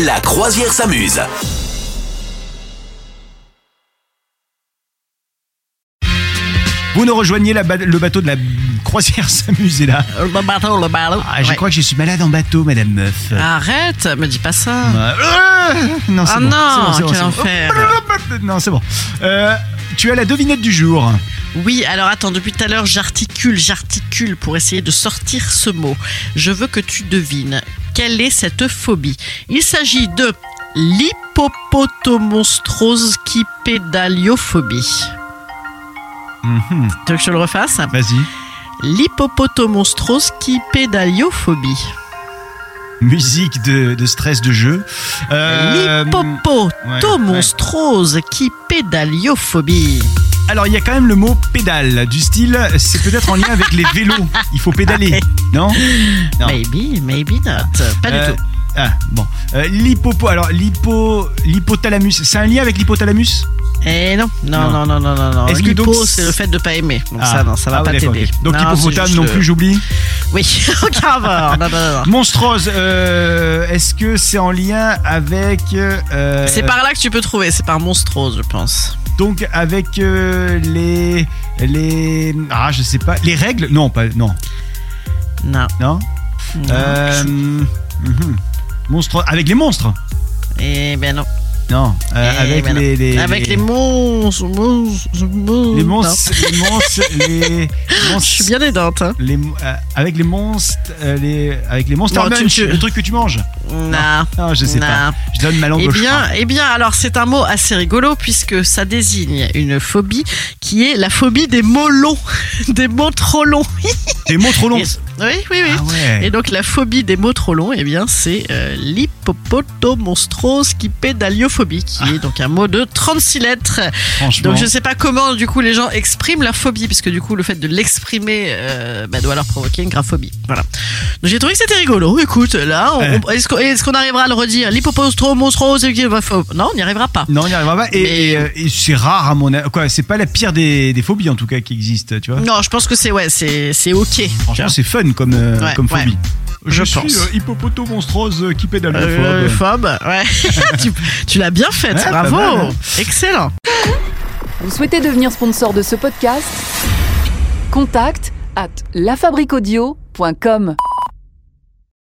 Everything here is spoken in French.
La croisière s'amuse. Vous nous rejoignez la ba- le bateau de la croisière s'amuser là. Euh, Le bateau, le bateau. Ah, je Ouais. crois que je suis malade en bateau, madame meuf. Arrête, me dis pas ça. Euh, non, c'est Ah bon. non, c'est bon, c'est bon, quel c'est bon. enfer. Non, c'est bon. Euh, tu as la devinette du jour. Oui, alors attends, depuis tout à l'heure, j'articule, j'articule pour essayer de sortir ce mot. Je veux que tu devines quelle est cette phobie. Il s'agit de l'hippopotomonstrosquipédaliophobie. Mhm. Tu veux que je le refasse Vas-y. L'hippopotomonstrosquipédaliophobie. Musique de, de stress de jeu. Euh, L'hippopotomonstrose qui pédaliophobie. Alors, il y a quand même le mot pédale, du style, c'est peut-être en lien avec les vélos. Il faut pédaler, non Non. Maybe, maybe not. Pas Euh, du tout. Ah, bon. Euh, l'hippopo. Alors, l'hippo, l'hypothalamus. C'est un lien avec l'hypothalamus Eh non, non, non, non, non, non. non. Est-ce que L'hypo, donc- c'est le fait de pas aimer. Donc ça, non, ça va ah, pas ouais, d'accord, t'aider. ok. Donc, Non, c'est hippopotame juste non le- Ah. plus, j'oublie. Oui, aucun rapport. Non, non, non. Monstrose, euh, est-ce que c'est en lien avec. euh, C'est par là que tu peux trouver. C'est par monstrose, je pense. Donc, avec euh, les. Les. Ah, je sais pas. Les règles Non, pas. Non. Non. Non non. Euh, mhm. Monstre. Avec les monstres Eh ben non. Non. euh, Eh avec ben non. les, les. Avec les monstres. monstres, monstres. Les Non. monstres. Les monstres. les monstres. Je suis bien aidante. Hein. les mo- euh, avec les monstres euh, les avec les monstres Non, tu- tu- le truc que tu manges Non. non je sais Non. pas je donne ma langue Eh au bien, chat eh bien, alors c'est un mot assez rigolo puisque ça désigne une phobie qui est la phobie des mots longs, des mots trop longs. des mots trop longs Et- oui, oui, oui. ah ouais Et donc la phobie des mots trop longs, eh bien c'est euh, l'hippopotomonstrose qui pédaliophobie, qui Ah. est donc un mot de 36 lettres. franchement Donc je sais pas comment du coup les gens expriment la phobie, puisque du coup le fait de l'exprimer euh, bah, doit leur provoquer une grave phobie. Voilà. Donc j'ai trouvé que c'était rigolo. Écoute, là, on- Ouais. on- est-ce qu'on est-ce qu'on arrivera à le redire L'hippopotomonstrose qui est- Non, on n'y arrivera pas. non, on n'y arrivera pas. Et, Mais- et, euh, et c'est rare à mon avis. Quoi, c'est pas la pire des, des phobies en tout cas qui existe, tu vois. Non, je pense que c'est ouais, c'est c'est ok. Franchement, c'est fun comme, euh, Ouais, comme ouais. phobie. Je pense. hippopoto monstrose euh, qui pédale Euh, phobe, ouais. tu tu l'as bien faite, Ouais, pas bravo, mal, hein. excellent. Vous souhaitez devenir sponsor de ce podcast Contact à lafabriquaudio.com.